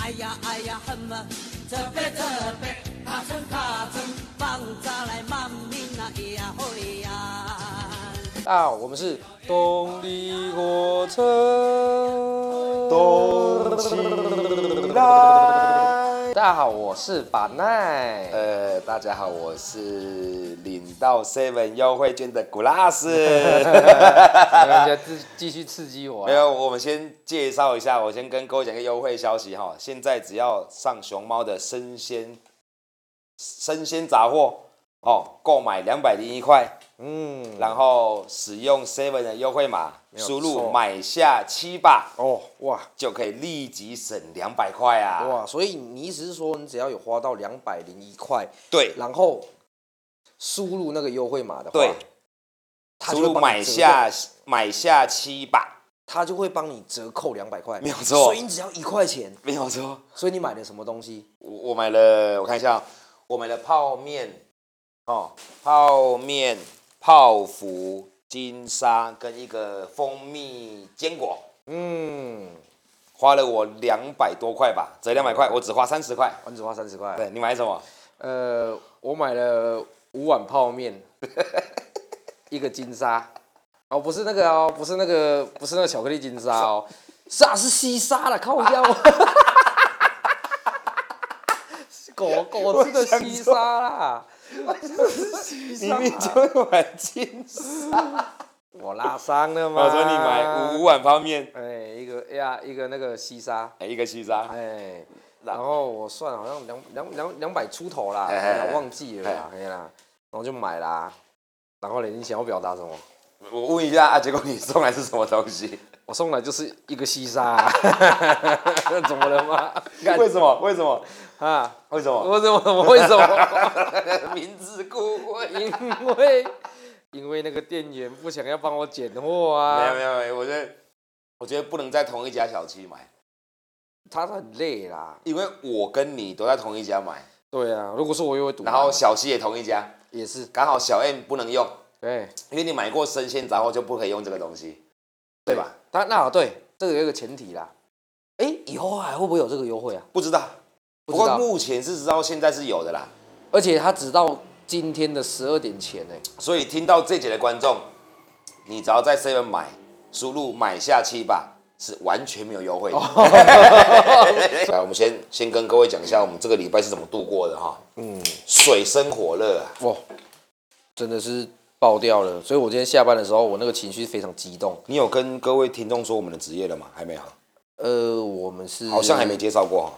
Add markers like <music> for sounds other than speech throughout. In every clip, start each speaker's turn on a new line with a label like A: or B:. A: 哎呀哎呀哼么，这边这边，卡村卡村，放炸来慢命啊，咿呀吼咿呀。
B: 大家啊好，我们是动力火车。
C: 动起来！
B: 大家好，我是把奈。
C: 呃，大家好，我是领到 Seven 优惠券的古
B: <laughs>
C: 拉斯。
B: 没关系啊，继继续刺激我啊。
C: 没有，我们先介绍一下，我先跟各位讲一个优惠消息哈。现在只要上熊猫的生鲜生鲜杂货哦，购买两百零一块，
B: 嗯，
C: 然后使用 Seven 的优惠码，
B: 有
C: 输
B: 错
C: 入买下七吧，
B: 哦，哇
C: 就可以立即省两百块啊。
B: 哇，所以你意思是说，你只要有花到两百零一块，
C: 对
B: 然后输入那个优惠码的话，
C: 对，
B: 他
C: 输
B: 就会
C: 入
B: 帮你
C: 买
B: 折扣
C: 下买下七吧，
B: 他就会帮你折扣两百块，
C: 没有错
B: 所以你只要一块钱，
C: 没有错。
B: 所以你买了什么东西？
C: 我我买了，我看一下哦，我买了泡面，哦，泡面、泡芙、金沙跟一个蜂蜜坚果，
B: 嗯，
C: 花了我两百多块吧，折两百块，我只花三十块。
B: 我只花三十块。
C: 对，你买什么？
B: 呃，我买了五碗泡面， <laughs> 一个金沙。哦，不是那个哦，不是那个，不是那个巧克力金沙哦，沙是西沙了，靠腰。 <laughs> 狗狗吃的西沙啦，
C: 里面就买金沙。
B: <laughs> 我拉伤了吗？
C: <laughs> 我说你买五碗泡面，
B: 哎，一个哎呀，一个那个西沙，
C: 哎一个西沙，
B: 哎，
C: 然
B: 然后我算好像两两两两百出头啦，
C: 哎
B: 哎呀
C: 哎哎
B: 忘记了啦，哎呀，然后就买啦。然后嘞，你想要表达什么？
C: 我问一下啊，结果你送来是什么东西？
B: 我送来就是一个西沙、啊 <laughs> 怎么了吗？干
C: 为什么？为什么？
B: 啊！
C: 为什么？
B: 我怎么我为什么？
C: <laughs> 明知故问。
B: 因为因为那个店员不想要帮我拣货
C: 没有
B: 啊
C: 没，有没有，我觉得我觉得不能在同一家小区买，
B: 他很累啦。
C: 因为我跟你都在同一家买，
B: 对啊，如果说我也会赌啊，
C: 然后小西也同一家，
B: 也是
C: 刚好小 M 不能用，
B: 对
C: 因为你买过生鲜杂货就不可以用这个东西，对吧？？
B: 他那好对，这个有一个前提啦。哎，以后还会不会有这个优惠啊？
C: 不知道，
B: 不
C: 不
B: 知
C: 过
B: 道
C: 目前是知道现在是有的啦，
B: 而且他只到今天的十二点前 <laughs> 呢、
C: 所以听到这节的观众，你只要在 seven 买，输入买下七吧。是完全没有优惠的。
B: 哦
C: <laughs> 来，我们先先跟各位讲一下我们这个礼拜是怎么度过的哈。嗯，水深火热啊。
B: 哇，真的是爆掉了。所以我今天下班的时候，我那个情绪非常激动。
C: 你有跟各位听众说我们的职业了吗？还没有，
B: 呃，我们是
C: 好像还没介绍过哈。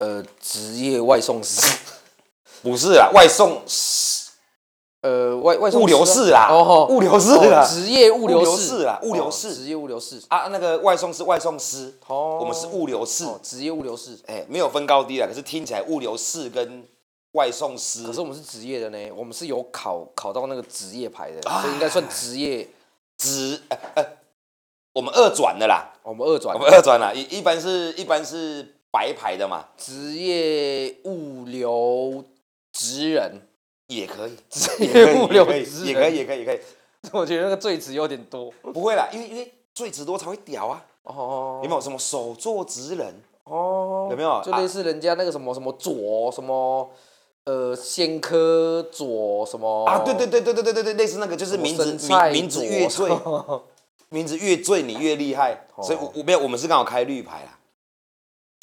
B: 呃职业外送师，
C: 不是啦，外送
B: <laughs> 呃外外送
C: 物
B: 师啊
C: 流室啦，
B: 哦，
C: 物
B: 流
C: 流室啦，
B: 职业物流
C: 物流室啦物流室
B: 哦职业物流室
C: 啊，那个外送是外送师，
B: 哦
C: 我们是物流室，
B: 哦，职业物流室。
C: 哎，没有分高低啦，可是听起来物流室跟外送师
B: 可是我们是职业的呢，我们是有考考到那个职业牌的，所以应该算职业。
C: 职，呃呃我们二转的啦，
B: 哦我们二转
C: 我们二转啦，一一般是一般是白牌的嘛，
B: 职业物流职人，
C: 也
B: <laughs>
C: 可以，
B: 职
C: <laughs> 也可
B: 业
C: 以
B: 物流
C: 也可以
B: 职人，
C: 也可以，也可以，也可以，
B: 我觉得那个最词有点多。
C: 不会啦，因为因为最直多才会屌啊，
B: 哦，
C: 有没有什么手作职人？
B: 哦，
C: 有没啊有
B: 就类似人家那个什么什么左什么，呃，先科左什么
C: 啊，对对对对对对对对，类似那个就是
B: 哦什么
C: 名字
B: 生菜
C: 名名字
B: 左
C: 越醉，
B: <laughs>
C: 名字越醉你越厉害，
B: 哦
C: 所以我我没有，我们是刚好开绿牌啦。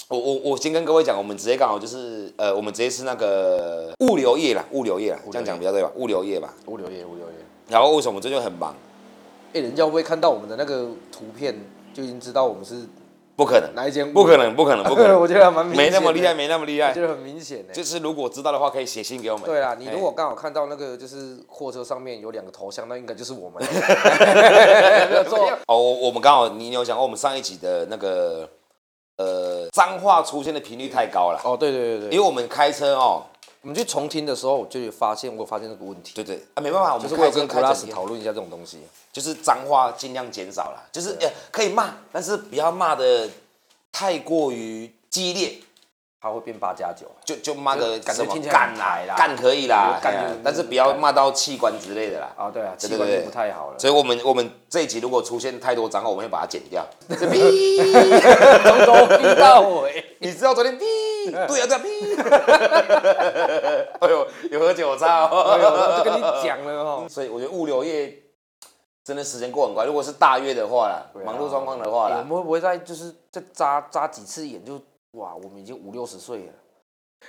C: 我我我先跟各位讲，我们直接刚好就是呃，我们直接是那个物流业啦，物流业啦，这样讲比较对吧？物流业吧。
B: 物流业物流业。
C: 然后为什么我们最近很忙？
B: 哎、人家会不会看到我们的那个图片就已经知道我们是
C: 不可能，
B: 哪一间？
C: 不可，能，不可能，不可
B: <laughs>
C: 能，
B: 我觉得还蛮明
C: 没那么厉害，
B: 显的，
C: 没那么厉
B: 我
C: 害
B: 觉。得很明显呢。
C: 就是如果知道的话，可以写信给我们。
B: 对啦，你
C: 哎
B: 如果刚好看到那个就是货车上面有两个头像，那应该就是我
C: <laughs>
B: 们。做
C: 哦，我我们刚好你有讲哦过，我们上一集的那个呃脏话出现的频率太高了，
B: 哦，对对对
C: 因为
B: 对，
C: 我们开车哦，
B: 我们去重听的时候，我就有发现我有发现这个问题，
C: 对对啊，没办法，我
B: 就
C: 们
B: 是我有
C: 开车
B: 跟
C: 开
B: 克拉
C: 整
B: 斯
C: 天
B: 讨论一下这种东西。
C: 就是脏话尽量减少啦，就是呃可以骂，但是不要骂的太过于激烈，
B: 它会变八加九。
C: 就就骂个
B: 就感
C: 什
B: 觉
C: 么
B: 听起来
C: 干
B: 很
C: 啦
B: 台啦
C: 干可以啦，
B: 感觉
C: 哎呀
B: 就是
C: 但是不要骂到气管之类的啦。
B: 啊，对啊，
C: 对
B: 气
C: 对
B: 管
C: 对
B: 就不太好了。
C: 所以我们我们这一集如果出现太多脏话，我们会把它剪
B: <laughs>
C: 掉。这逼，
B: 从头 <laughs> 逼到尾，
C: 你知道昨天逼，对啊对啊逼。 <laughs> 哎呦，有喝酒差
B: 哎呦我
C: 哦。
B: 就跟你讲了哦。
C: <laughs> 所以我觉得物流业真的时间过很快，如果是大月的话啦，
B: 对啊
C: 忙碌状况的话
B: 欸我
C: 啦
B: 们，会不会再就是再眨眨几次眼就哇，我们已经五六十岁了，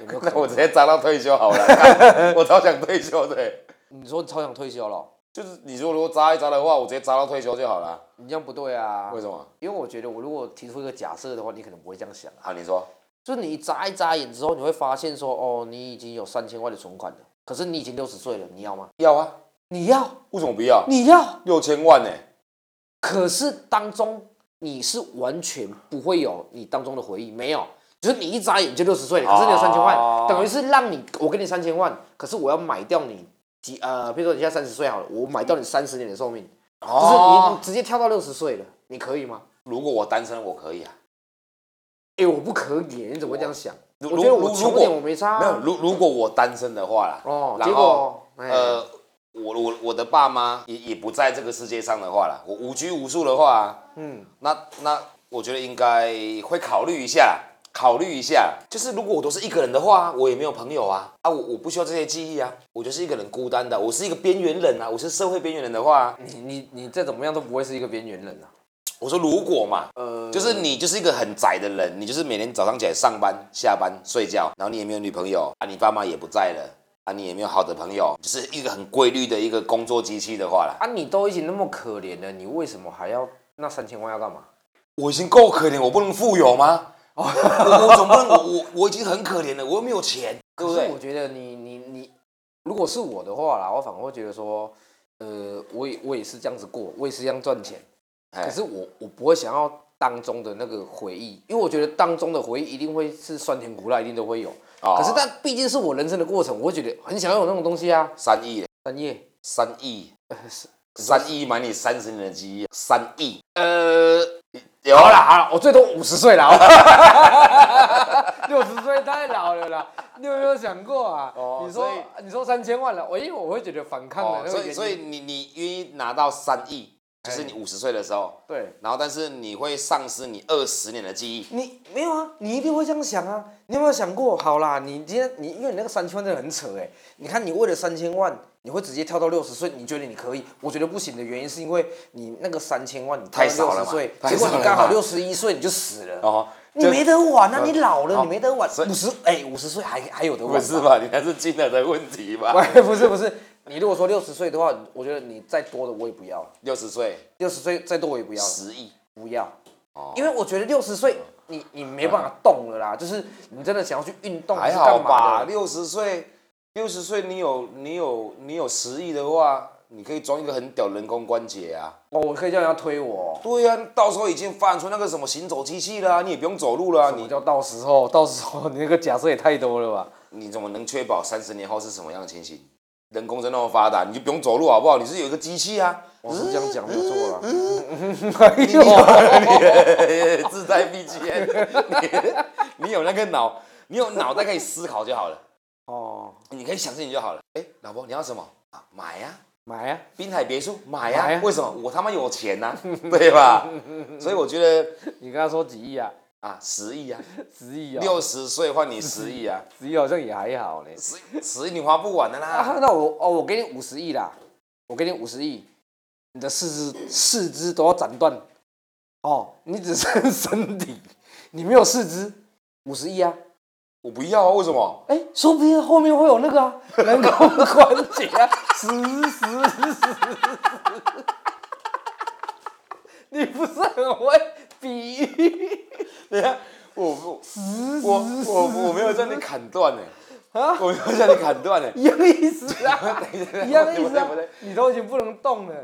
B: 有没有可
C: <laughs> 那我直
B: 能？
C: 接扎到退休好了， <laughs> 干我超想退休的。欸
B: 你说你超想退休了哦，
C: 就是你如果如果扎一扎的话，我直接扎到退休就好了。
B: 你这样不对啊
C: 为。什么？
B: 因为我觉得，我如果提出一个假设的话，你可能不会这样想啊。
C: 好，你说。
B: 就是你眨一眨眼之后，你会发现说，哦，你已经有三千万的存款了，可是你已经六十岁了，你要吗？
C: 要啊，
B: 你要，
C: 为什么不要？
B: 你要。
C: 六千万呢、欸
B: 可是当中你是完全不会有你当中的回忆，没有，就是你一眨眼就六十岁了，可是你有三千万，
C: 哦
B: 等于是让你我给你三千万，可是我要买掉你几呃，比如说你现在三十岁好了，我买掉你三十年的寿命，
C: 就
B: 就是你你直接跳到六十岁了，你可以吗？
C: 哦如果我单身，我可以啊。
B: 哎、我不可以，你怎么会这样想？
C: 如
B: 我觉得
C: 如
B: 我
C: 如
B: 穷
C: 如
B: 一点
C: 果
B: 我没差啊、
C: 没有，如如果我单身的话啦，
B: 哦，
C: 然
B: 结
C: 后
B: 果
C: 呃，我我我的爸妈也也不在这个世界上的话啦，我无拘无束的话，啊
B: 嗯，
C: 那那我觉得应该会考虑一下，考虑一下。就是如果我都是一个人的话，我也没有朋友啊，啊，我我不需要这些记忆啊，我就是一个人孤单的，我是一个边缘人啊，我是社会边缘人的话，
B: 你你你再怎么样都不会是一个边缘人啊。
C: 我说如果嘛，
B: 呃，
C: 就是你就是一个很宅的人，你就是每天早上起来上班、下班、睡觉，然后你也没有女朋友啊，你爸妈也不在了啊，你也没有好的朋友，就是一个很规律的一个工作机器的话啦。
B: 啊，你都已经那么可怜了，你为什么还要那三千万要干嘛？
C: 我已经够可怜，我不能富有吗？ <laughs> 我我总不能我我我已经很可怜了，我又没有钱，对不
B: 可
C: 对
B: 是我？觉得你你你，如果是我的话啦，我反而会觉得说，呃，我也我也是这样子过，我也是这样赚钱，
C: 哎
B: 可是我我不会想要当中的那个回忆，因为我觉得当中的回忆一定会是酸甜苦辣，一定都会有。
C: 哦
B: 可是但毕竟是我人生的过程，我会觉得很想要有那种东西啊。
C: 三亿，
B: 三叶，
C: 三亿，
B: 呃是
C: 三亿买你三十年的记忆，三亿，
B: 呃，啊
C: 有
B: 好
C: 啦，
B: 啦好啦，我最多五十岁啦， <laughs> 六十岁太老了啦。你有没有想过啊？
C: 哦
B: 你说
C: 所以
B: 你说三千万了，我因为我会觉得反抗的
C: 哦
B: 那个
C: 所
B: 原
C: 以
B: 因哎
C: 所以你你愿意拿到三亿，就是你五十岁的时候。
B: 对，
C: 然后但是你会丧失你二十年的记忆。
B: 你没有啊？你一定会这样想啊！你有没有想过？好啦，你今天你因为你那个三千万真的很扯哎、你看你为了三千万，你会直接跳到六十岁，你觉得你可以？我觉得不行的原因是因为你那个三千万你跳
C: 太
B: 到
C: 少
B: 六
C: 了
B: 十
C: 嘛
B: 岁，
C: 太
B: 结果
C: 少
B: 你
C: 了
B: 刚好
C: 嘛
B: 六十一岁你就死了。
C: 哦，
B: 你没得玩啊！你老了，
C: 好
B: 你没得玩。
C: 所以
B: 五十哎，五十岁还还有得玩
C: 不
B: 吧？
C: 是吧？你还是金额的问题吧？
B: <laughs> 喂，不是不是，你如果说六十岁的话，我觉得你再多的我也不要了，
C: 六十岁
B: 六十岁再多我也不要了，
C: 十亿，
B: 不要
C: 哦。嗯
B: 因为我觉得六十岁你你没办法动了啦，就是你真的想要去运动
C: 还
B: 是干
C: 好
B: 嘛
C: 吧？
B: 的？
C: 六十岁，六十岁你有你有你有十亿的话，你可以装一个很屌人工关节啊。
B: 哦，我可以叫人家推我哦。
C: 对呀、到时候已经发展出那个什么行走机器啊啦、你也不用走路啦、
B: 我
C: 你
B: 叫到时候，到时候你那个假设也太多了吧？
C: 你怎么能确保三十年后是什么样的情形？人工真那么发达，你就不用走路啊好不好？你是有一个机器啊， <laughs>
B: 我是这样讲没有错啦。
C: 嗯
B: <laughs> 啊
C: 你有啊自带 BGM，你你有那个脑，你有脑袋可以思考就好了，
B: 哦，
C: 你可以想事情就好了。哎、老婆，你要什么？啊买呀、
B: 买啊！
C: 滨海别墅买呀、
B: 买啊
C: 为什么？我他妈有钱呐、 <laughs> 对吧？所以我觉得
B: 你跟他说几亿啊？
C: 啊，十亿啊，
B: 十亿啊？
C: 六十岁换你十亿啊，
B: 十亿好像也还好嘞。
C: 十十亿你花不完的
B: 啊，
C: 啦。
B: 那我哦，我给你五十亿啦，我给你五十亿，你的四肢四肢都要斩断，哦，你只剩身体，你没有四肢，五十亿啊，
C: 我不要啊，为什么？
B: 哎，说不定后面会有那个啊，人工关节啊，十十十，你不是很会比喻
C: 等一下，我不，
B: 十
C: 我我我没有叫你砍断呢、
B: 啊？
C: 我没有叫你砍断呢、，
B: 一样意思啊
C: <laughs> 等一
B: <laughs>
C: 下
B: 一样意
C: 不
B: 思
C: 对
B: 啊
C: 不对，
B: 你都已经不能动了，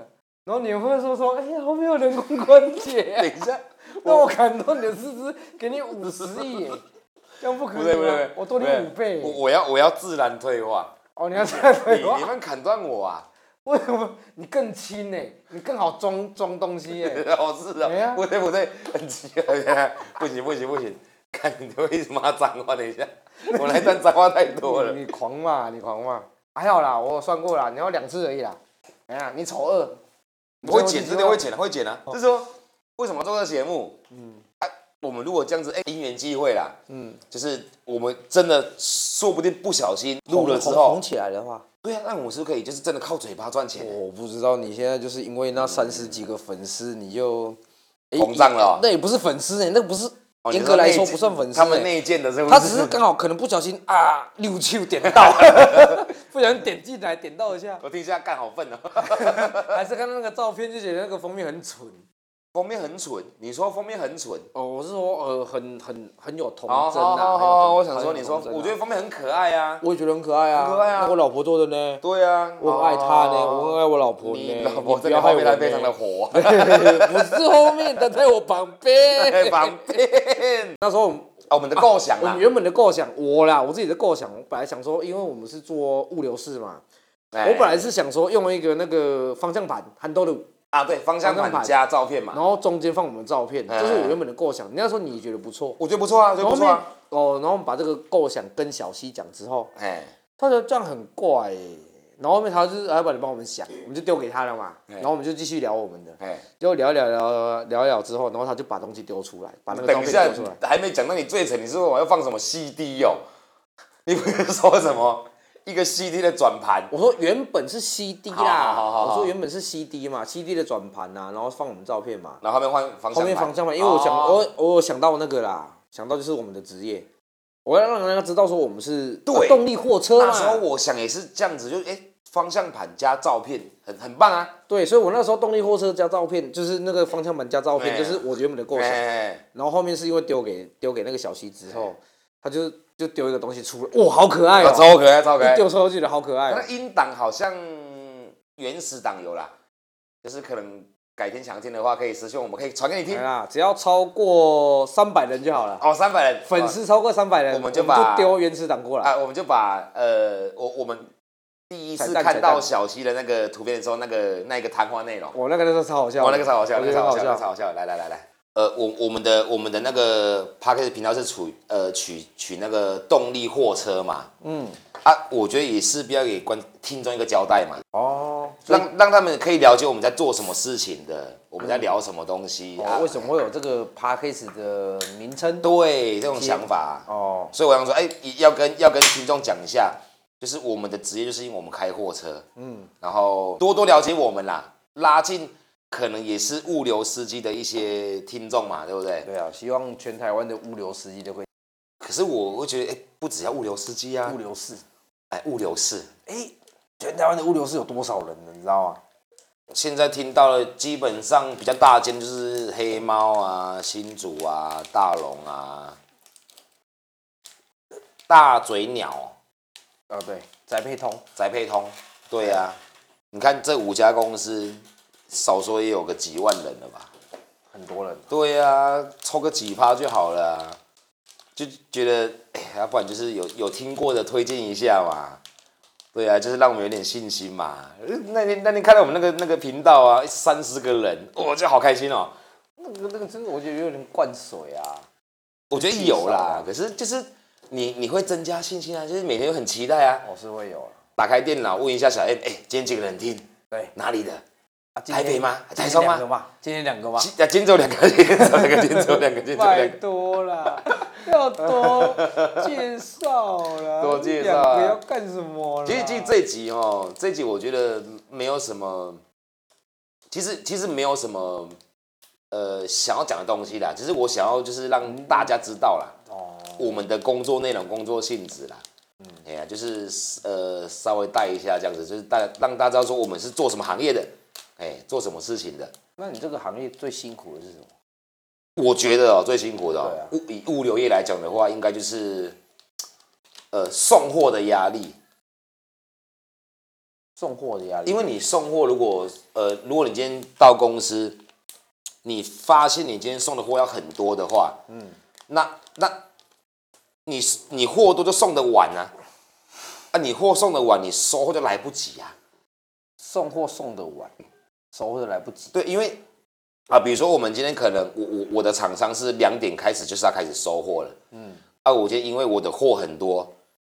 B: 然后你会说说，哎呀，后面有人工关节啊、
C: 等一下，
B: 那我砍断你的四肢，给你五十亿耶， <laughs> 这 <laughs> 样不可
C: 不
B: 以
C: 对
B: 吗？
C: 不对，不对
B: 我多你
C: 不对
B: 五倍耶
C: 我。我要我要自然退化。
B: 哦，你要这样
C: 你
B: 对
C: 你
B: 话，
C: 们砍断我啊！
B: 为什么你更轻呢？你更好装装东西耶。
C: <laughs>
B: <laughs>
C: 哦是
B: 哎呀
C: 啊，不对不对，很奇怪，不行不行不行，看你都一直骂脏话，等一下，
B: <laughs>
C: 我那一段脏话太多了。
B: 你狂骂，你狂骂，还好啦，我算过啦，你要两次而已啦。哎呀，你丑二，
C: 我会剪，真的会剪的，会剪
B: 哦
C: 啊。就是说，为什么做这个节目？嗯，啊，我们如果这样子，哎、因缘际会啦，
B: 嗯，
C: 就是我们真的说不定不小心录了之
D: 红
C: 后
D: 红，起来的话，
C: 对啊，那我们是不是可以就是真的靠嘴巴赚钱？
B: 我不知道你现在就是因为那三十几个粉丝，你就诶
C: 膨胀了哦
B: 那也不是粉丝哎，那不是
C: 哦
B: 严格来说不算粉丝欸，
C: 他们内建的是不是？
B: 他只是刚好可能不小心啊六七点到， <laughs> 不小心点进来点到一下，
C: 我听一下，干好笨哦。
B: <laughs> 还是看到那个照片就觉得那个封面很蠢。
C: 封面很蠢，你说封面很蠢。
B: 哦，我是说呃，很很很有童
C: 哦
B: 真
C: 哦
B: 啊。
C: 哦
B: 很有童
C: 哦，我想
B: 很
C: 说，
B: 有
C: 你说
B: 童，真啊
C: 我觉得封面很可爱啊。
B: 我也觉得很可爱啊，
C: 很可爱啊
B: 那我老婆做的呢，
C: 对啊，
B: 我很爱她呢，
C: 哦
B: 我很爱我老婆呢。
C: 你老婆
B: 你不
C: 这个
B: 要
C: 后
B: 害
C: 面
B: 我
C: 她
B: 呢
C: 非常
B: <laughs>
C: 的火，
B: 不是后面的，在我 <laughs> 旁边。
C: 旁边。
B: 那时 <laughs> 候我们
C: 啊，我们的构想
B: 我
C: 啊
B: 们，原本的构想，我啦，我自己的构想，我本来想说，因为我们是做物流室嘛，
C: 哎
B: 我本来是想说用一个那个方向盘含豆的，
C: 啊，对，方向
B: 方向
C: 盘
B: 盘
C: 加照片
B: 然
C: 嘛，
B: 后中间放我们的照片，
C: 哎
B: 这是我原本的构想。你那时候你觉得不错，
C: 我觉得不错啊，我觉
B: 然
C: 得
B: 后
C: 不
B: 后
C: 错
B: 面
C: 啊。
B: 哦，然后我们把这个构想跟小西讲之后，
C: 哎，
B: 他觉得这样很怪耶、然后后面他就是老板，你帮我们想，我们就丢给他了嘛，然后我们就继续聊我们的，
C: 哎，
B: 就聊一聊聊聊一聊之后，然后他就把东西丢出来，把那个照
C: 等一
B: 片
C: 下
B: 丢出来，，
C: 还没讲到你最扯，你是说我要放什么 CD 哦？ <laughs> 你不是说什么一个 CD 的转盘？
B: 我说原本是 CD 啦，
C: 好好好好
B: 我说原本是 CD 嘛，CD 的转盘呐、然后放我们照片嘛，
C: 然后后面换方向
B: 后
C: 盘，
B: 面方向盘，因为我想、
C: 哦
B: 我我有想到那个啦，想到就是我们的职业，我要让人家知道说我们是
C: 对
B: 动力货车
C: 那时候
B: 嘛，
C: 我想也是这样子，就哎方向盘加照片，很很棒啊。
B: 对，所以我那时候动力货车加照片，就是那个方向盘加照片，
C: 哎
B: 就是我原本的构想，
C: 哎，
B: 然后后面是因为丢给丢给那个小西之后，他就就丢一个东西出来，哇，好可爱
C: 啊
B: 哦、
C: 超可爱，超可爱
B: 一。丢出来就觉得好可爱、
C: 那
B: 哦
C: 个音档好像原始档有啦，就是可能改天想听的话，可以私信我们，可以传给你
B: 来
C: 听。
B: 啦，只要超过三百人就好了。
C: 哦，三百人
B: 粉丝超过三百人，
C: 我
B: 我
C: 们
B: 们
C: 就
B: 就
C: 把
B: 丢原始档过
C: 啊，
B: 来。
C: 我们就把呃，我我们第一次
B: 彩蛋
C: 看
B: 彩
C: 到
B: 蛋
C: 小溪的那个图片的时候，那个那一个谈话内容，
B: 我那个那时候超好笑的，
C: 哇，那个超好笑，
B: 我
C: 那
B: 觉
C: 个
B: 得
C: 超
B: 很
C: 好笑，那个超好笑，来来来来。呃，我我们的我们的那个 p a r k e t 频道是取呃取取那个动力货车嘛，嗯啊，我觉得也是必要给观听众一个交代嘛，
B: 哦，
C: 让让他们可以了解我们在做什么事情的，我们在聊什么东西、啊
B: 哦，为什么会有这个 p a r k a s 的名称？
C: 对这种想法，
B: 哦，
C: 所以我想说，哎、要跟要跟听众讲一下，就是我们的职业就是因为我们开货车，嗯，然后多多了解我们啦，拉近可能也是物流司机的一些听众嘛，对不对？
B: 对啊，希望全台湾的物流司机都会
C: 可是我会觉得，哎、不只要物流司机啊
B: 物，流室。
C: 哎，物流是
B: 哎，全台湾的物流室有多少人呢？你知道吗？
C: 现在听到了，基本上比较大间就是黑猫啊、新竹啊、大龙啊、大嘴鸟、
B: 啊，对，宅配通，
C: 宅配通，对啊，你看这五家公司，少说也有个几万人了吧？
B: 很多人。
C: 对啊，抽个几趴就好了啊、就觉得哎，要、不然就是有有听过的推荐一下嘛。对啊，就是让我们有点信心嘛。呃那天那天看到我们那个那个频道啊，三十个人，哇，这好开心哦。
B: 那个那个真的，我觉得有点灌水啊。
C: 我觉得有啦，可是就是你你会增加信心啊，就是每天都很期待啊。
B: 我哦是会有了。
C: 打开电脑问一下小 M，哎、今天几个人听？
B: 对
C: 哪里的？
B: 啊，今
C: 台
B: 天
C: 北吗？
B: 今
C: 台
B: 天
C: 中吗
B: 两个？吧，今天两个吧。
C: 今啊，今周两个，今周两个，今周两个，今周
B: 太
C: 两个。
B: 多了，要多介绍 <laughs> 了，
C: 多介绍啊
B: 两个要干什么啦？
C: 其实，其实这一集哦，这一集我觉得没有什么，其实其实没有什么，呃，想要讲的东西啦。只是我想要就是让
B: 嗯
C: 大家知道啦，
B: 哦，
C: 我们的工作内容、工作性质啦。嗯，哎呀，就是呃，稍微带一下这样子，就是大让大家知道说我们是做什么行业的，哎，做什么事情的。
B: 那你这个行业最辛苦的是什么？
C: 我觉得哦，最辛苦的、哦
B: 对啊
C: 物以物流业来讲的话，应该就是呃送货的压力，
B: 送货的压力，
C: 因为你送货如果呃如果你今天到公司，你发现你今天送的货要很多的话，嗯，那那你你货多就送的晚啊，啊你货送的晚，你收货就来不及啊，
B: 送货送的晚，收货来不及。
C: 对，因为啊，比如说我们今天可能我我我的厂商是两点开始就是要开始收货了，嗯，啊，我今天因为我的货很多，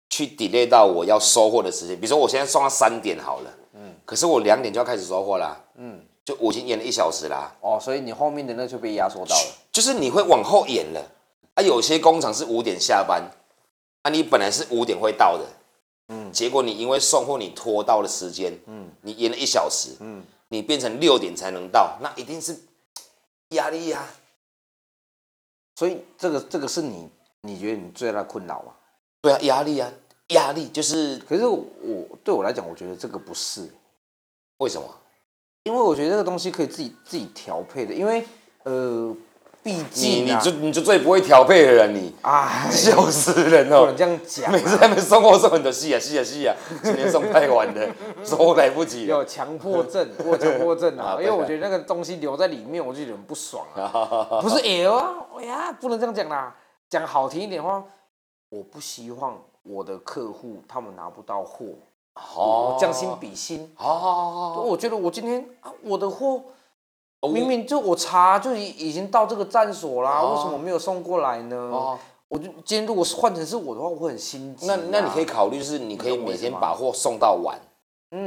C: 去 delay 到我要收货的时间，比如说我现在送到三点好了，嗯，可是我两点就要开始收货啦，嗯，就我已经延了一小时啦，
B: 哦，所以你后面的那就被压缩到了。
C: 就是你会往后延了。啊，有些工厂是五点下班，啊，你本来是五点会到的，嗯，结果你因为送货你拖到了时间，嗯，你延了一小时，嗯，你变成六点才能到，那一定是压力呀、
B: 所以这个这个是你你觉得你最大的困扰吗？
C: 对啊，压力啊，压力就是
B: 可是我对我来讲，我觉得这个不是，
C: 为什么？
B: 因为我觉得这个东西可以自己自己调配的，因为呃，毕
C: 你
B: 竟
C: 你
B: 啊
C: 就，你就最不会调配的人，你
B: 哎，
C: <laughs> 笑死人
B: 不
C: 哦
B: 能！这样讲
C: <laughs> 每
B: 啊，
C: 次他们送货送很多，戏啊戏啊戏啊，今天送太晚 <laughs> 了，收来不及了。
B: 有强迫症，我有强迫症啊
C: 啊，
B: 因为
C: 对
B: 我
C: 的
B: 觉得那个东西留在里面，我就有点不爽啊，不是 L 啊，哎呀，不能这样讲啦，讲好听一点的话，我不希望我的客户他们拿不到货，
C: 哦
B: 我将心比心，
C: 好好好好好，
B: 我觉得我今天啊，我的货。
C: 哦
B: 明明就我查就已已经到这个站所啦，
C: 哦
B: 为什么没有送过来呢？
C: 哦
B: 我就今天如果是换成是我的话，我会很心急啊、
C: 那那你可以考虑是，你可以每天把货送到晚，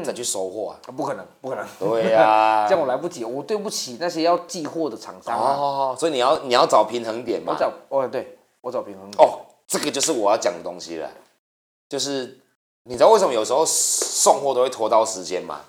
C: 再去收货啊。
B: 啊不可能，不可能，
C: 对呀
B: <laughs> 这样我来不及，我对不起那些要寄货的厂商啊。
C: 哦，所以你要你要找平衡点
B: 我
C: 嘛。
B: 找哦，对我找平衡点。
C: 哦，这个就是我要讲的东西了，就是你知道为什么有时候送货都会拖到时间吗？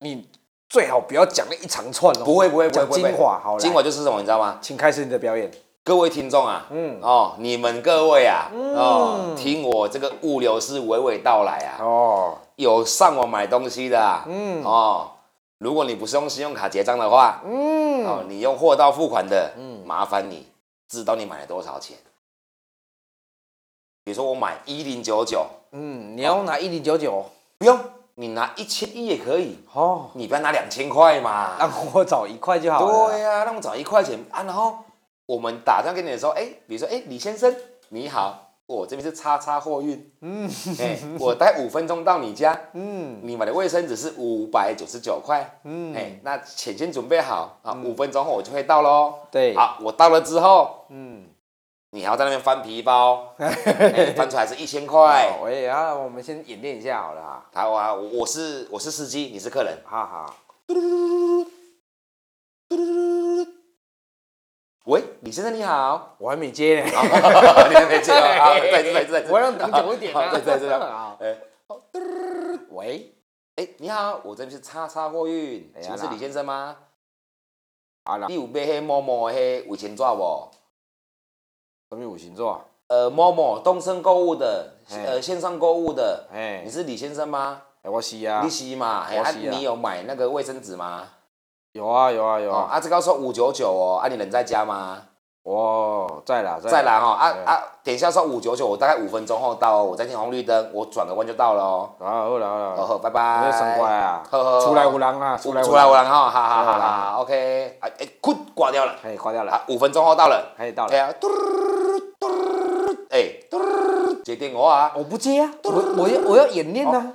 B: 你最好不要讲那一长串哦。
C: 不会不会不
B: 讲
C: 会不会，
B: 精华好了。
C: 精华，就是什么你知道吗？
B: 请开始你的表演。
C: 各位听众啊，嗯哦，你们各位啊，
B: 嗯
C: 哦，听我这个物流是娓娓道来啊，
B: 哦，
C: 有上网买东西的、啊，嗯，哦，如果你不是用信用卡结账的话，嗯，哦，你用货到付款的，嗯，麻烦你知道你买了多少钱。比如说我买一零九九，
B: 嗯，你要拿一零九九
C: 不用，你拿一千一也可以，
B: 哦，
C: 你不要拿两千块嘛。
B: 让我找一块就好了。
C: 对呀、让我找一块钱啊，然后我们打电话给你的时候，哎、比如说，哎、李先生你好，我这边是叉叉货运，嗯，哎、我待五分钟到你家，嗯，你买的卫生纸是五百九十九块，嗯，哎、那钱先准备好啊，五、分钟后我就会到喽，
B: 对
C: 好，我到了之后，嗯，你还要在那边翻皮包，哎翻出来是一
B: <laughs>
C: 千块，
B: 哦，哎呀，我们先演练一下好了啊。
C: 好啊，我我是我是司机，你是客人，
B: 哈哈，
C: 喂，李先生你好。
B: 我还没接 <laughs> 呢。
C: 你还没接到啊？再一次，再一次，再一次。
B: 哎我让你讲一点啊
C: 好再一次，再一
B: <laughs>
C: 次。
B: 好
C: 哎
B: 喂，
C: 哎，你好，我这边是叉叉货运，
B: 哎呀
C: 请问是
B: 啦
C: 李先生吗？
B: 啊啦
C: 你，有买迄某某迄五千纸无？
B: 什么五星座啊？
C: 呃，某某东升购物的，
B: 嘿
C: 呃，线上购物的，
B: 哎
C: 你是李先生吗？
B: 哎，我是啊
C: 你，是嘛？嘿
B: 我
C: 啊，
B: 是啊
C: 你有买那个卫生纸吗？
B: 有啊有啊有
C: 哦，
B: 啊，
C: 啊，这个要收五九九哦，啊，你人在家吗？
B: 哦，在啦
C: 啊
B: 哎
C: 在啦哈，啊
B: 对
C: 啊，等一下收五九九，我大概五分钟后到哦，我在停红绿灯，我转个弯就到了哦。
B: 啊，好啦好
C: 好
B: 啦，
C: 好，拜
B: 我
C: 拜。
B: 要升官啊，
C: 好好好
B: 出来有人啊，
C: 出
B: 出
C: 来
B: 来
C: 出来我
B: 有
C: 了
B: 人，
C: 哈，好好好
B: 出来我
C: 啦，OK，啊，哎，哭挂掉了，
B: 哎，挂掉了，
C: 啊，五分钟后到了，
B: 哎，到
C: 哎
B: 了，
C: 呀，嘟嘟，哎，嘟，接电话啊，
B: 我不接啊，我我要我要演练啊，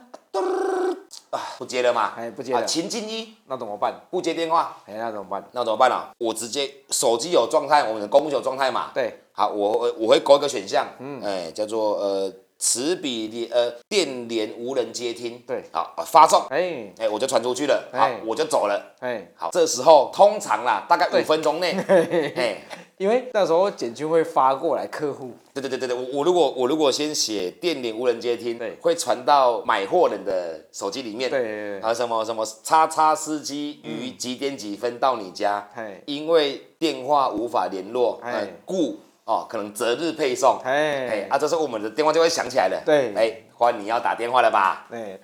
C: 啊不接了嘛，
B: 哎不接了
C: 啊秦进一
B: 那怎么办？
C: 不接电话，
B: 哎，那怎么办？
C: 那怎么办啊？我直接手机有状态，我们的公有状态嘛，，
B: 对，
C: 好，我我我会勾一个选项，嗯，哎，叫做呃。此笔连呃电联无人接听，
B: 对
C: 好啊发送，
B: 哎
C: 哎我就传出去了，好
B: 哎
C: 我就走了，
B: 哎，
C: 好这时候通常啦大概
B: 对
C: 五分钟
B: <laughs>
C: 内，哎
B: 因为那时候简讯会发过来客户，
C: 对对对对对，我我如果我如果先写电联无人接听
B: 对，
C: 会传到买货人的手机里面。
B: 对对对
C: 还有什么什么叉叉司机于几点几分到你家？
B: 嘿
C: 因为电话无法联络，
B: 嘿
C: 呃，故哦可能择日配送。哎
B: 哎
C: 啊，，这时候我们的电话就会响起来了。
B: 对
C: 哎，欢你要打电话了吧？
B: 哎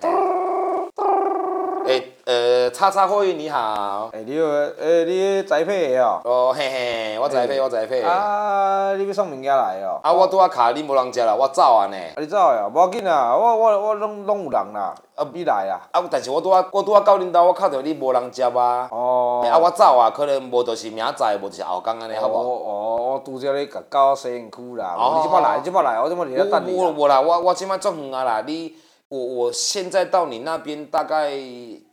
C: 哎呃，叉叉货运你好。
B: 哎，你有哎你栽培的哦，
C: 哦嘿嘿，我栽配我栽配。啊
B: 啊，你要送物件来哦。
C: 我拄啊卡你无人接啦，我走啊呢。
B: 啊，你走呀，无要紧啦，我我我拢拢有人啦，啊，你来啦，
C: 啊，但是我拄啊我拄啊到恁兜，我看到你无人接啊。
B: 哦，
C: 欸啊，我走啊，可能无就是明仔，无就是后天安尼，好
B: 哦
C: 不好？
B: 哦，我拄则咧甲狗洗身躯啦，
C: 哦
B: 你即摆来，即摆来，我即摆伫咧
C: 我
B: 等你
C: 我
B: 啦。
C: 啊我啦，我我即摆足远啊啦，你我我现在到你那边大概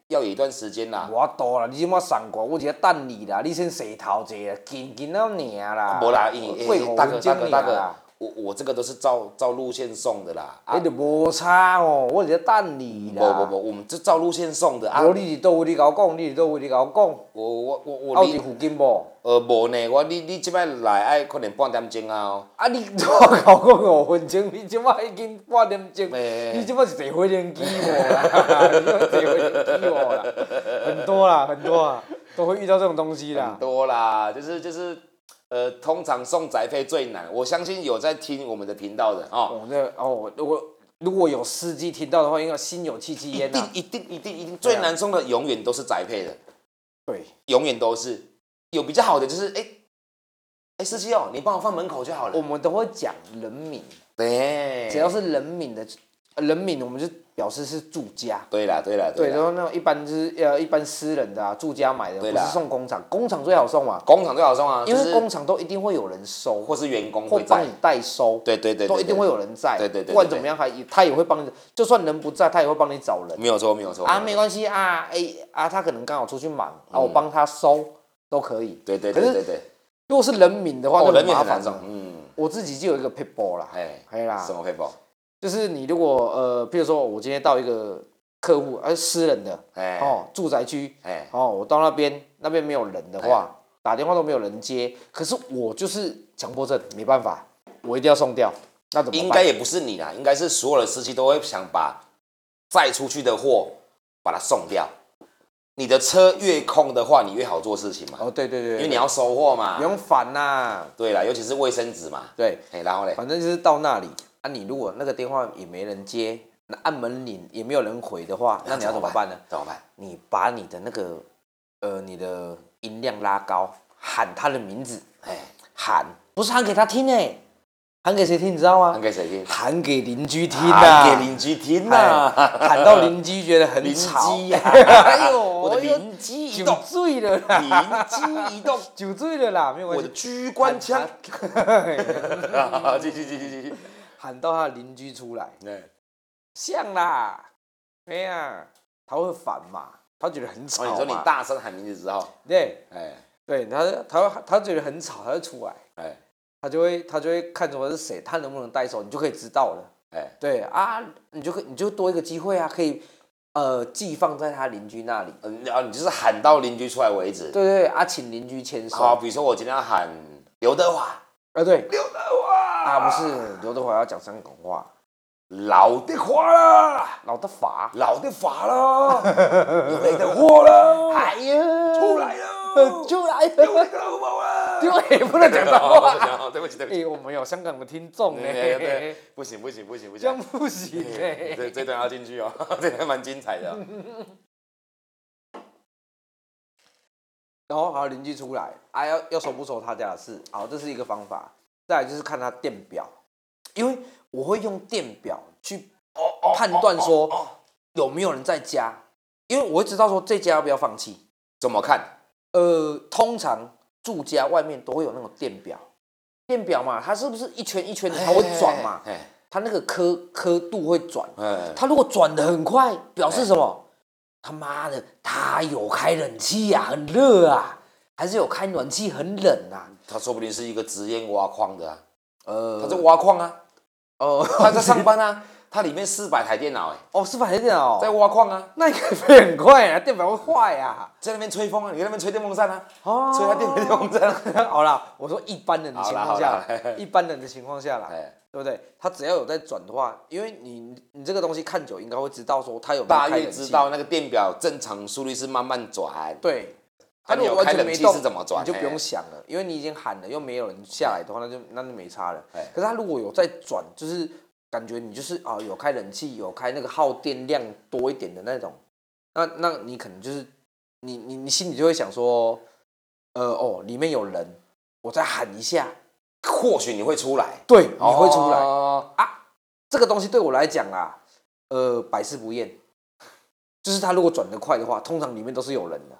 C: 要有一段时间啦。
B: 我多啦，你即马送我，我直接等你啦，你先洗头者，近近到尔啊啦。
C: 无啦，因
B: 贵
C: 为
B: 五
C: 大哥
B: 分
C: 大
B: 钟
C: 哥
B: 尔
C: 大哥
B: 啦，，
C: 我我这个都是照照路线送的啦。啊
B: 你，就无差哦，我直接等你
C: 不
B: 啦。
C: 不不，我们这照路线送的啊。
B: 无你是倒位？你甲我讲，你是倒位？你甲我讲。
C: 我我我
B: 啊，有
C: 我
B: 伫
C: 你
B: 附近无？
C: 呃无呢，我你你即摆来爱可能半点钟啊哦。
B: 啊，你我甲我讲五分钟，你即马已经半点钟，
C: 诶
B: 你即马是坐火轮机无
C: <laughs>
B: 啦？你即马坐火轮机无啦？很多啦，很多啊，都会遇到这种东西啦
C: 很。多啦，就是就是，呃，通常送宅配最难。我相信有在听我们的频道的哦，
B: 哦，那哦，如果如果有司机听到的话，应该心有戚戚
C: 一
B: 焉啊
C: 定
B: 呐。
C: 一定一定一定
B: 对啊
C: 最难送的永远都是宅配的，
B: 对，
C: 永远都是。有比较好的就是，哎、哎、司机哦，你帮我放门口就好
B: 我
C: 了。
B: 们都会讲人名，
C: 对，
B: 只要是人名的呃人名，我们就表示是住家。
C: 对啦对啦
B: 对，然
C: 啦，
B: 后那种一般就是呃一般私人的啊，住家买的，不
C: 对
B: 是
C: 啦
B: 送工厂，工厂最好送嘛，
C: 工厂最好送啊，
B: 因
C: 就
B: 为
C: 是
B: 工厂都一定会有人收，
C: 或是员工
B: 或
C: 会
B: 帮
C: 在
B: 你，代收，
C: 对对对对
B: 都一定会有人在，
C: 对对对对
B: 不管怎么样，他也他也会帮你，就算人不在，他也会帮你找人
C: 没有错没有错嗯
B: 啊，没关系啊，哎、啊，他可能刚好出去忙啊，我帮他收都可以。
C: 对对
B: 可
C: 对
B: 是
C: 对对，
B: 如果是人名的话，
C: 哦，
B: 就
C: 人面
B: 麻
C: 很
B: 烦
C: 难送
B: 了，。
C: 嗯，
B: 我自己就有一个 p i t b a l 啦，
C: 哎，
B: 哎啦
C: 什，么配包？
B: 就是你如果呃，譬如说我今天到一个客户，而、私人的
C: 哎
B: 哦，住宅区，
C: 哎，
B: 哦，我到那边那边没有人的话，打电话都没有人接，可是我就是强迫症，没办法，我一定要送掉，那怎么办？
C: 应该也不是你啦，应该是所有的司机都会想把载出去的货把它送掉。你的车越空的话，你越好做事情嘛，
B: 哦，对对对，
C: 因为你要啊收货嘛
B: 不。用烦呐、
C: 对啦，尤其是卫生纸嘛。
B: 对，
C: 哎，然后嘞，
B: 反正就是到那里啊，你如果那个电话也没人接，那按门铃也没有人回的话，那你要怎么办呢？？
C: 怎么办？
B: 你把你的那个呃你的音量拉高，喊他的名字，
C: 哎，
B: 喊不是喊给他听哎、喊给谁听你知道吗
C: 喊？给谁听？
B: 喊给邻居听呐、
C: 啊喊给邻居听
B: 哎
C: 呐。
B: 喊到邻居觉得很
C: <laughs> 邻
B: 吵，
C: 居啊
B: 哎呦，
C: <laughs> 我的
B: 又
C: 邻居移
B: 酒
C: 动，
B: 醉了
C: <laughs> 邻
B: 啦，
C: 居
B: <laughs>
C: 移动，
B: 酒醉了啦，没有关
C: 我
B: 系
C: 的。狙关枪。
B: 喊 <laughs>
C: <laughs> 继续继续继续。
B: 喊到他的邻居出来，
C: 哎
B: 像啦，哎呀，他会烦嘛，他觉得很吵
C: 哦，
B: 嘛。
C: 你说你大声喊名字之后，
B: 对
C: 哎
B: 对，他他他觉得很吵，他就出来，
C: 哎
B: 他就会他就会看出来是谁，他能不能带手，你就可以知道了。
C: 哎，
B: 对啊，你就可以你就多一个机会啊，可以呃寄放在他邻居那里。
C: 嗯，啊，你就是喊到邻居出来为止。
B: 对对啊，请邻居签收
C: 好，
B: 啊，
C: 比如说我今天要喊刘德华，
B: 对
C: 刘德华
B: 啊，不是刘德华要讲香港话，
C: 老的华啦，
B: 老德法
C: 老的法啦， <laughs> 有你的货 <laughs> 啦，
B: 哎呀，
C: 哦
B: 呃
C: 出来 <laughs> 了，
B: 出来
C: 有
B: 了
C: 你，的老婆啊
B: 对，不能讲
C: 啦。
B: 脏话。
C: 哦对不起，对不
B: 哎、
C: 起，
B: 我们有香港的听众呢、
C: 对哎对对，不行不行不行不
B: 这样
C: 行，
B: 不行哎、
C: 这这段要进去哦， <laughs> 这段蛮精彩的 <laughs> 哦。
B: 然后好，邻居出来，啊，要要收不收他家的事，好，这是一个方法。再来就是看他电表，因为我会用电表去判断说有没有人在家，因为我会知道说这家要不要放弃。
C: 怎么看？
B: 呃，通常住家外面都会有那种电表，电表嘛，它是不是一圈一圈的，它会转嘛？
C: 哎，
B: 它那个刻刻度会转，
C: 哎哎，
B: 它如果转的很快，表示什么？他妈的，他有开冷气呀、很热啊，还是有开暖气，很冷啊。
C: 他说不定是一个职业挖矿的啊，
B: 呃，
C: 他是挖矿啊，
B: 哦，
C: 他在上班啊，他里面四百台电脑哎，
B: <laughs> 哦，是反正哦，
C: 在挖矿啊，
B: 那个飞很快啊，电表会坏啊。
C: 在那边吹风啊，你在那边吹电风扇啊，
B: 哦
C: 吹他电电风扇。
B: <laughs>
C: 啊
B: 好啦，我说一般人的情况
C: 好
B: 下
C: 啦好啦嘿，嘿
B: 一般人的情况下啦，
C: 哎，
B: 对不对？他只要有在转的话，因为你你这个东西看久，应该会知道说他有没有
C: 大
B: 开冷
C: 约
B: 气啊
C: 知道那个电表正常速率是慢慢转，
B: 对。
C: 啊
B: 他
C: 你
B: 如
C: 有
B: 果完
C: 开
B: 全
C: 冷
B: 没
C: 气
B: 动，
C: 是怎么转
B: 你就不用
C: 嘿
B: 想了，因为你已经喊了，又没有人下来的话，那就那就没差了
C: 嘿。
B: 可是他如果有在转，就是感觉你就是啊、有开冷气，有开那个耗电量多一点的那种，那那你可能就是你你你心里就会想说，呃哦，里面有人，我再喊一下，
C: 或许你会出来，
B: 对，你会出来、
C: 哦
B: 啊。这个东西对我来讲啦，呃，百试不厌，就是他如果转得快的话，通常里面都是有人的。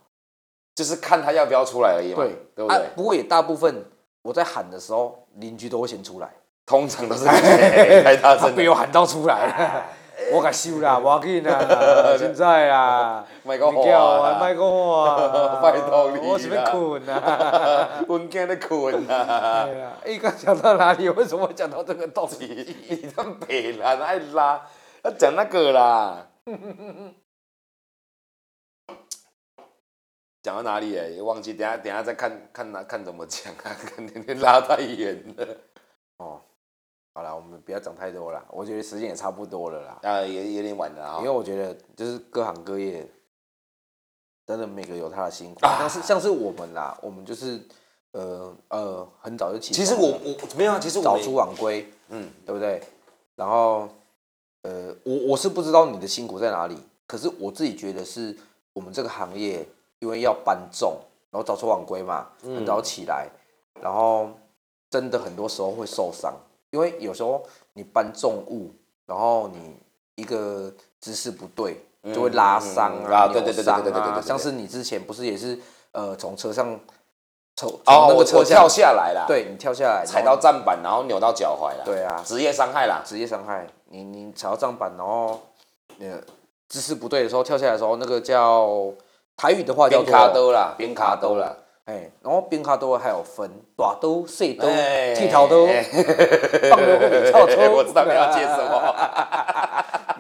C: 就是看他要不要出来而已嘛，
B: 对，
C: 对不
B: 啊
C: 对？
B: 不过也大部分我在喊的时 <laughs> 候，邻居都会先出来，哎
C: 通常都是太大声
B: 被
C: 了，
B: <laughs> 我喊到出来。我甲收啦，无要紧 <laughs> 啦，真在啦，
C: 莫讲话啦
B: 你叫我莫讲 <laughs> 话啦，
C: 拜托你啦
B: 我是要困啦。
C: 阮囝在困啊，
B: 对啦， <laughs> 哎，刚讲到哪里？为什么讲到这个东西？
C: 你你这么北啦，爱拉，要讲那个啦。 <laughs> 讲到哪里哎、忘记，等一下等一下再看看哪看怎么讲啊，肯定拉太远了。
B: 好啦，我们不要讲太多啦，我觉得时间也差不多了啦，
C: <laughs> 啊，也有点晚了啊、
B: 因为我觉得就是各行各业，真的每个有他的辛苦，但是像是我们啦，我们就是呃呃很早就起
C: 其
B: 床了，
C: 实我我没有啊，其实我
B: 早
C: 没
B: 出晚归，
C: 嗯，
B: 对不对？然后，呃，我我是不知道你的辛苦在哪里，可是我自己觉得是我们这个行业，因为要搬重，然后早出晚归嘛，很早起来，然后真的很多时候会受伤，因为有时候你搬重物，然后你一个姿势不对，就会拉伤
C: 嗯嗯啊
B: 啊，
C: 对对对对
B: 扭伤
C: 对对对对
B: 啊
C: 对对
B: 像是你之前不是也是呃从车上从从
C: 哦，
B: 那
C: 我
B: 个车
C: 我跳
B: 下，
C: 下来啦，，
B: 对你跳下来
C: 踩
B: 然后
C: 到站板，然后扭到脚踝啦，
B: 对啊
C: 职业伤害啦，
B: 职业伤害，你你踩到账板，然后呃姿势不对的时候跳下来的时候，那个叫台语的话叫
C: 边
B: 做
C: 卡兜啦，边卡兜啦，
B: 哎，然后边卡兜还有分短兜、碎兜、
C: 哎
B: 剃头兜、
C: 哎
B: 棒兜或跳抽。
C: <laughs> 我知道你要接什么，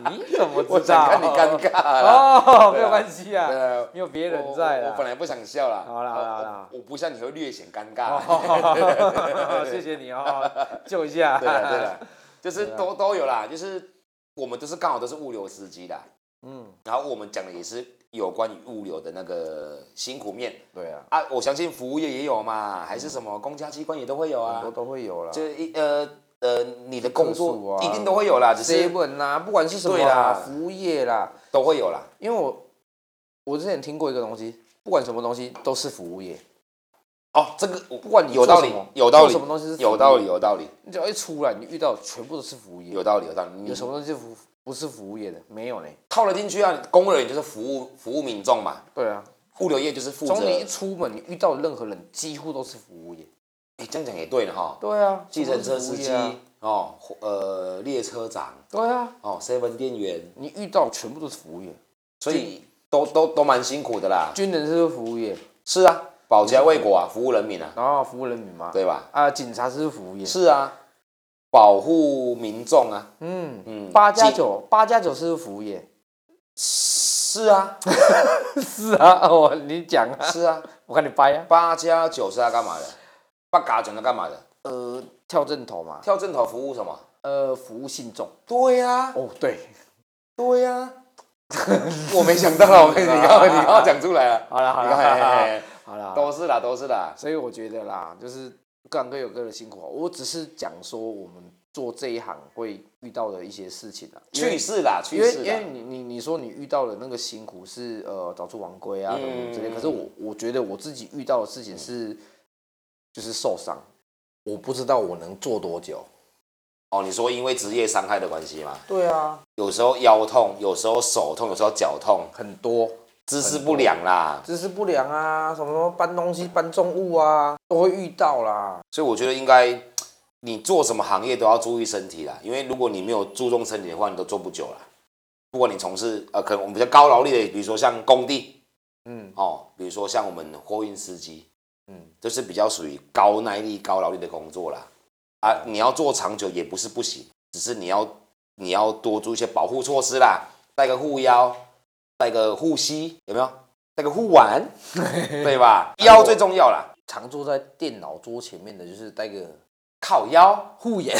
B: 你怎么
C: 我
B: 知
C: 想
B: 道？
C: 看你尴尬啦。
B: 哦，
C: 对啊
B: 没有关系
C: 对
B: 啊，
C: 啊
B: 没有别人在
C: 我我
B: 啦
C: 我本来不想笑啦。
B: 好啦好啦好啦
C: 我我不像你会略显尴尬。 <laughs>
B: 哦谢谢你哦，救一下。
C: 对啊啦对啦，就是都都有啦，就是我们都是刚好都是物流司机啦，
B: 嗯，
C: 然后我们讲的也是有关于物流的那个辛苦面
B: 对啊，
C: 啊，我相信服务业也有嘛，还是什么公家机关也都会有
B: 很
C: 啊
B: 多，都会有啦。
C: 就一呃呃，你的工
B: 客诉
C: 作
B: 啊
C: 一定都会有啦，只是
B: seven 啦，啊不管是什么
C: 对啦
B: 啦，服务业啦，
C: 都会有啦。
B: 因为我我之前听过一个东西，不管什么东西都是服务业，
C: 哦，这个我
B: 不管你
C: 有道理
B: 做什么，
C: 有道
B: 做
C: 理
B: 什么东西是，服务
C: 有道理，有道理，
B: 你只要一出来，你遇到的全部都是服务业
C: 有，道理，有道理。
B: 有什
C: 么
B: 么东西是服不是服务业的？没有呢。
C: 套了进去啊？公务员就是服务服务民众嘛，
B: 对啊，
C: 物流业就是负责
B: 从。你一出门，你遇到的任何人几乎都是服务业。
C: 哎，这样讲也对了哈。
B: 对啊，
C: 计程车司
B: 什么都是
C: 机
B: 服务业啊
C: 哦，呃，列车长
B: 对啊，
C: 哦，seven 店员，
B: 你遇到全部都是服务业，
C: 所以都都都蛮辛苦的啦。
B: 军人是服务业，
C: 是啊，保家卫国啊，服务人民啊，
B: 然后服务人民嘛，
C: 对吧？
B: 啊，警察是服务业，
C: 是啊，保护民众啊，
B: 嗯
C: 嗯
B: 嗯，八加
C: 警
B: 九，八加九是服务业， <laughs>
C: 是啊，
B: 是啊，哦，你讲啊，
C: 是啊，
B: 我看你掰啊，
C: 八加九是要干嘛的？八嘎九是干嘛的？
B: 呃，跳正头嘛，
C: 跳正头服务什么？
B: 呃，服务信众。
C: 对啊呀、
B: 哦，对，
C: 对呀、 <laughs> 我没想到啊，我跟你刚好你刚好讲出来
B: <laughs>
C: 了。
B: 好了好
C: 你
B: 了
C: 看嘿
B: <laughs>
C: 嘿，嘿
B: 好了，
C: 都是啦，都是啦。
B: 所以我觉得啦，就是各行各有各的辛苦啊。我只是讲说我们做这一行会遇到的一些事情啊，因
C: 去
B: 为
C: 世啦，去
B: 因为
C: 世
B: 因
C: 啦
B: 为。你你你说你遇到的那个辛苦是呃早出晚归啊什么什么之类，
C: 嗯
B: 可是我我觉得我自己遇到的事情是就是受伤，我不知道我能做多久。
C: 哦，你说因为职业伤害的关系吗？
B: 对啊，
C: 有时候腰痛，有时候手痛，有时候脚痛，
B: 很多
C: 姿势不良啦。
B: 姿势不良啊，什么什么搬东西搬重物啊，都会遇到啦。
C: 所以我觉得应该，你做什么行业都要注意身体啦，因为如果你没有注重身体的话，你都做不久啦。不管你从事呃，可能我们比较高劳力的，比如说像工地
B: 嗯
C: 哦，比如说像我们货运司机，
B: 嗯，
C: 都是比较属于高耐力、高劳力的工作啦。啊，你要做长久也不是不行，只是你要你要多做一些保护措施啦，带个护腰，带个护膝，有没有？带个护
B: <laughs>
C: 腕，对吧？腰最重要啦，
B: 常坐在电脑桌前面的，就是带个
C: 靠腰。
B: 护眼，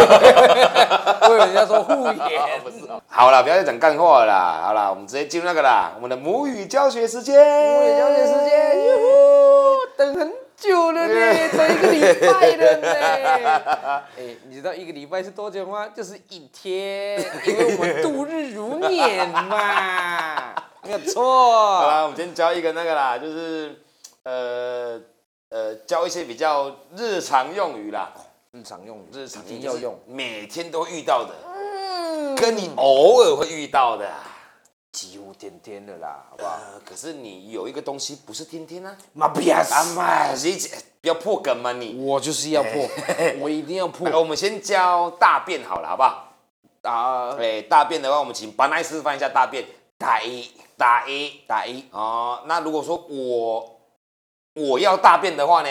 B: 我以为人家说护眼，
C: 不是哦好啦，不要再讲干话了啦。好啦，我们直接进入那个啦，我们的母语教学时间。母
B: 对，了解时间，哟呼，等很久了呢，等一个礼拜了呢。 <laughs> 哎，你知道一个礼拜是多久吗？就是一天，因为我们度日如年嘛，没有
C: 好
B: 错。
C: 啦，我们今天教一个那个啦，就是呃呃，教一些比较日常用语啦。
B: 日常用语，
C: 日常
B: 一定要用，，
C: 每天都遇到的，跟你偶尔会遇到的啊、
B: 几乎天天的啦，好不好？
C: 呃可是你有一个东西不是天天啊，
B: 妈逼啊！
C: 啊妈，你这不要破梗嘛你。
B: <laughs> 我就是要破，我一定要破
C: 那。我们先教大便好了，好不好？
B: 啊，
C: 哎，大便的话，我们请班奈示范一下大便，打一打一打一哦。那如果说我我要大便的话呢？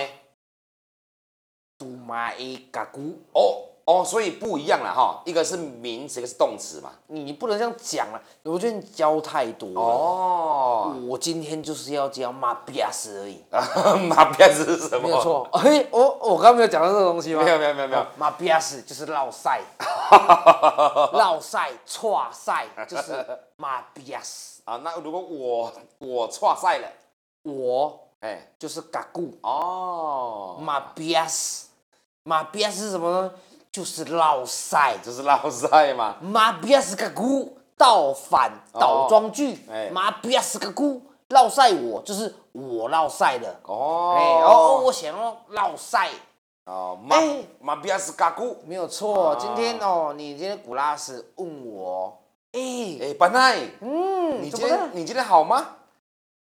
B: 杜马伊嘎咕，
C: 哦哦，所以不一样了哈，一个是名词，一个是动词嘛。
B: 你不能这样讲了，我觉得你教太多了。
C: 哦，
B: 我今天就是要教马比亚斯而已，
C: <laughs> 马鞭子是什么？
B: 没有，错。哎，我我刚刚没有讲到这个东西吗？
C: 没有没有没有没有 <laughs>
B: 哦。马比亚斯就是绕赛，绕赛、串赛就是马比亚斯。
C: 啊，那如果我我错赛了，
B: 我
C: 哎、
B: 就是嘎咕，
C: 哦，
B: 马比亚斯，马比亚斯是什么呢？就是绕赛。
C: 就是绕赛嘛。
B: 马比亚斯个姑倒反倒装句
C: 哎，
B: 马比亚斯个姑绕晒我就是我绕晒的，
C: 哦，
B: 哎哦，我想要绕晒，
C: 哦，马
B: 哎
C: 马比亚斯嘎古，
B: 没有错。今天哦，你今天古拉斯问我，哎，
C: 哎，班奈，
B: 嗯，
C: 你
B: 怎
C: 今
B: 么了
C: 天？你今天好吗？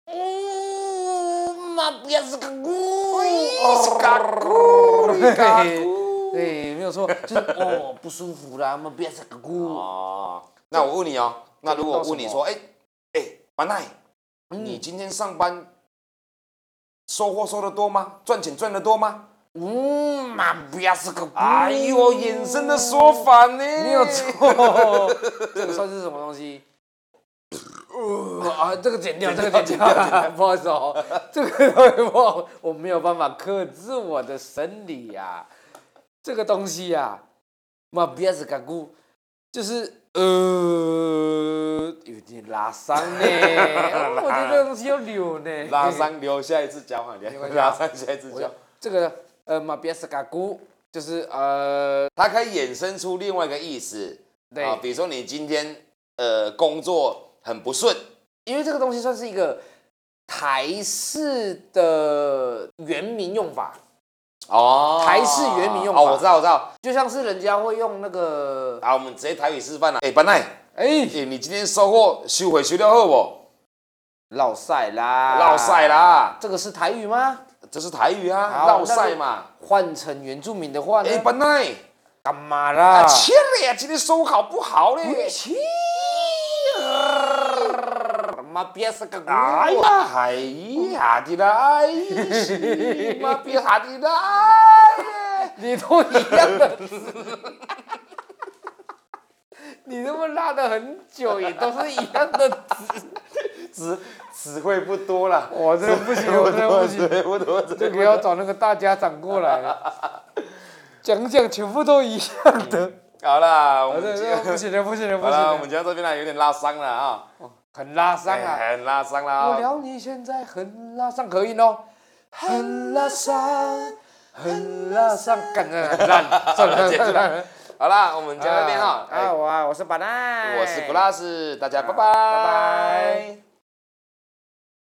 B: 嗯，马比亚斯个姑，
C: 斯嘎古，你嘎古。
B: 哎对，没有错，就是哦不舒服啦，马比亚斯个姑，
C: 哦，那我问你哦，那如果问你说，哎哎，班奈，
B: 嗯
C: 你今天上班收获收的多吗？赚钱赚的多吗？
B: 嗯，马比亚斯个姑，
C: 哎呦，衍生的说法呢？
B: 嗯没有错， <laughs> 这个算是什么东西？呃啊，这个剪掉，这个剪掉， <laughs> 不好意思哦，这个东西不好，我没有办法克制我的生理呀、这个东西啊呀、嘛别是干顾，就是呃，有点拉伤 <laughs> 呢，我觉得这个东西要流呢，
C: 拉伤留下一只脚好了，
B: 啊
C: <laughs> 拉伤下一只
B: 我
C: 脚
B: 要。这个呃嘛别是干顾，就是呃，
C: 它可以衍生出另外一个意思，
B: 对
C: 啊，比如说你今天呃工作很不顺，
B: 因为这个东西算是一个台式的原名用法，
C: 哦
B: 台式原名用法
C: 哦，我知道我知道，
B: 就像是人家会用那个，
C: 啊，我们直接台语示范了，哎，班奈，
B: 哎、
C: 哎，你今天收获收回收掉后不？
B: 绕赛啦，
C: 绕赛，啦，
B: 这个是台语吗？
C: 这是台语啊，
B: 好
C: 绕赛嘛，
B: 换成原住民的话呢
C: 哎，？班奈，
B: 干嘛啦
C: 啊，？哎切了呀，今天收好不好嘞？
B: 切！妈憋死个
C: 哎
B: 狗！
C: 呀，哎呀的啦，哎呀，妈逼哈的啦，哎呀
B: <laughs> 你都一样的字，你他妈拉的很久，也都是一样的字。
C: 词词汇不多了。
B: <laughs> 我真的不行，我真的不行。
C: 对不多，
B: 这个要找那个大家长过来了，讲讲全部都一样的。
C: 好啦，我
B: 好
C: 们
B: 的，
C: 今
B: 那
C: 天
B: 不行了，不行了，不
C: <laughs> 好
B: 行
C: 啦，我们
B: 了，
C: 今天到这边啦，有点拉伤了啊，
B: 很拉伤啊！
C: 哎很拉伤
B: 我
C: 啦。
B: 辽宁现在很拉伤，可以哦，很拉伤，很拉伤，干的很 <laughs> 烂，算了算了。
C: 好啦，我们今天到这边哈，
B: 啊，
C: 哎，
B: 我啊，我是板奈，
C: 我是 glass，大家拜拜，
B: 拜拜。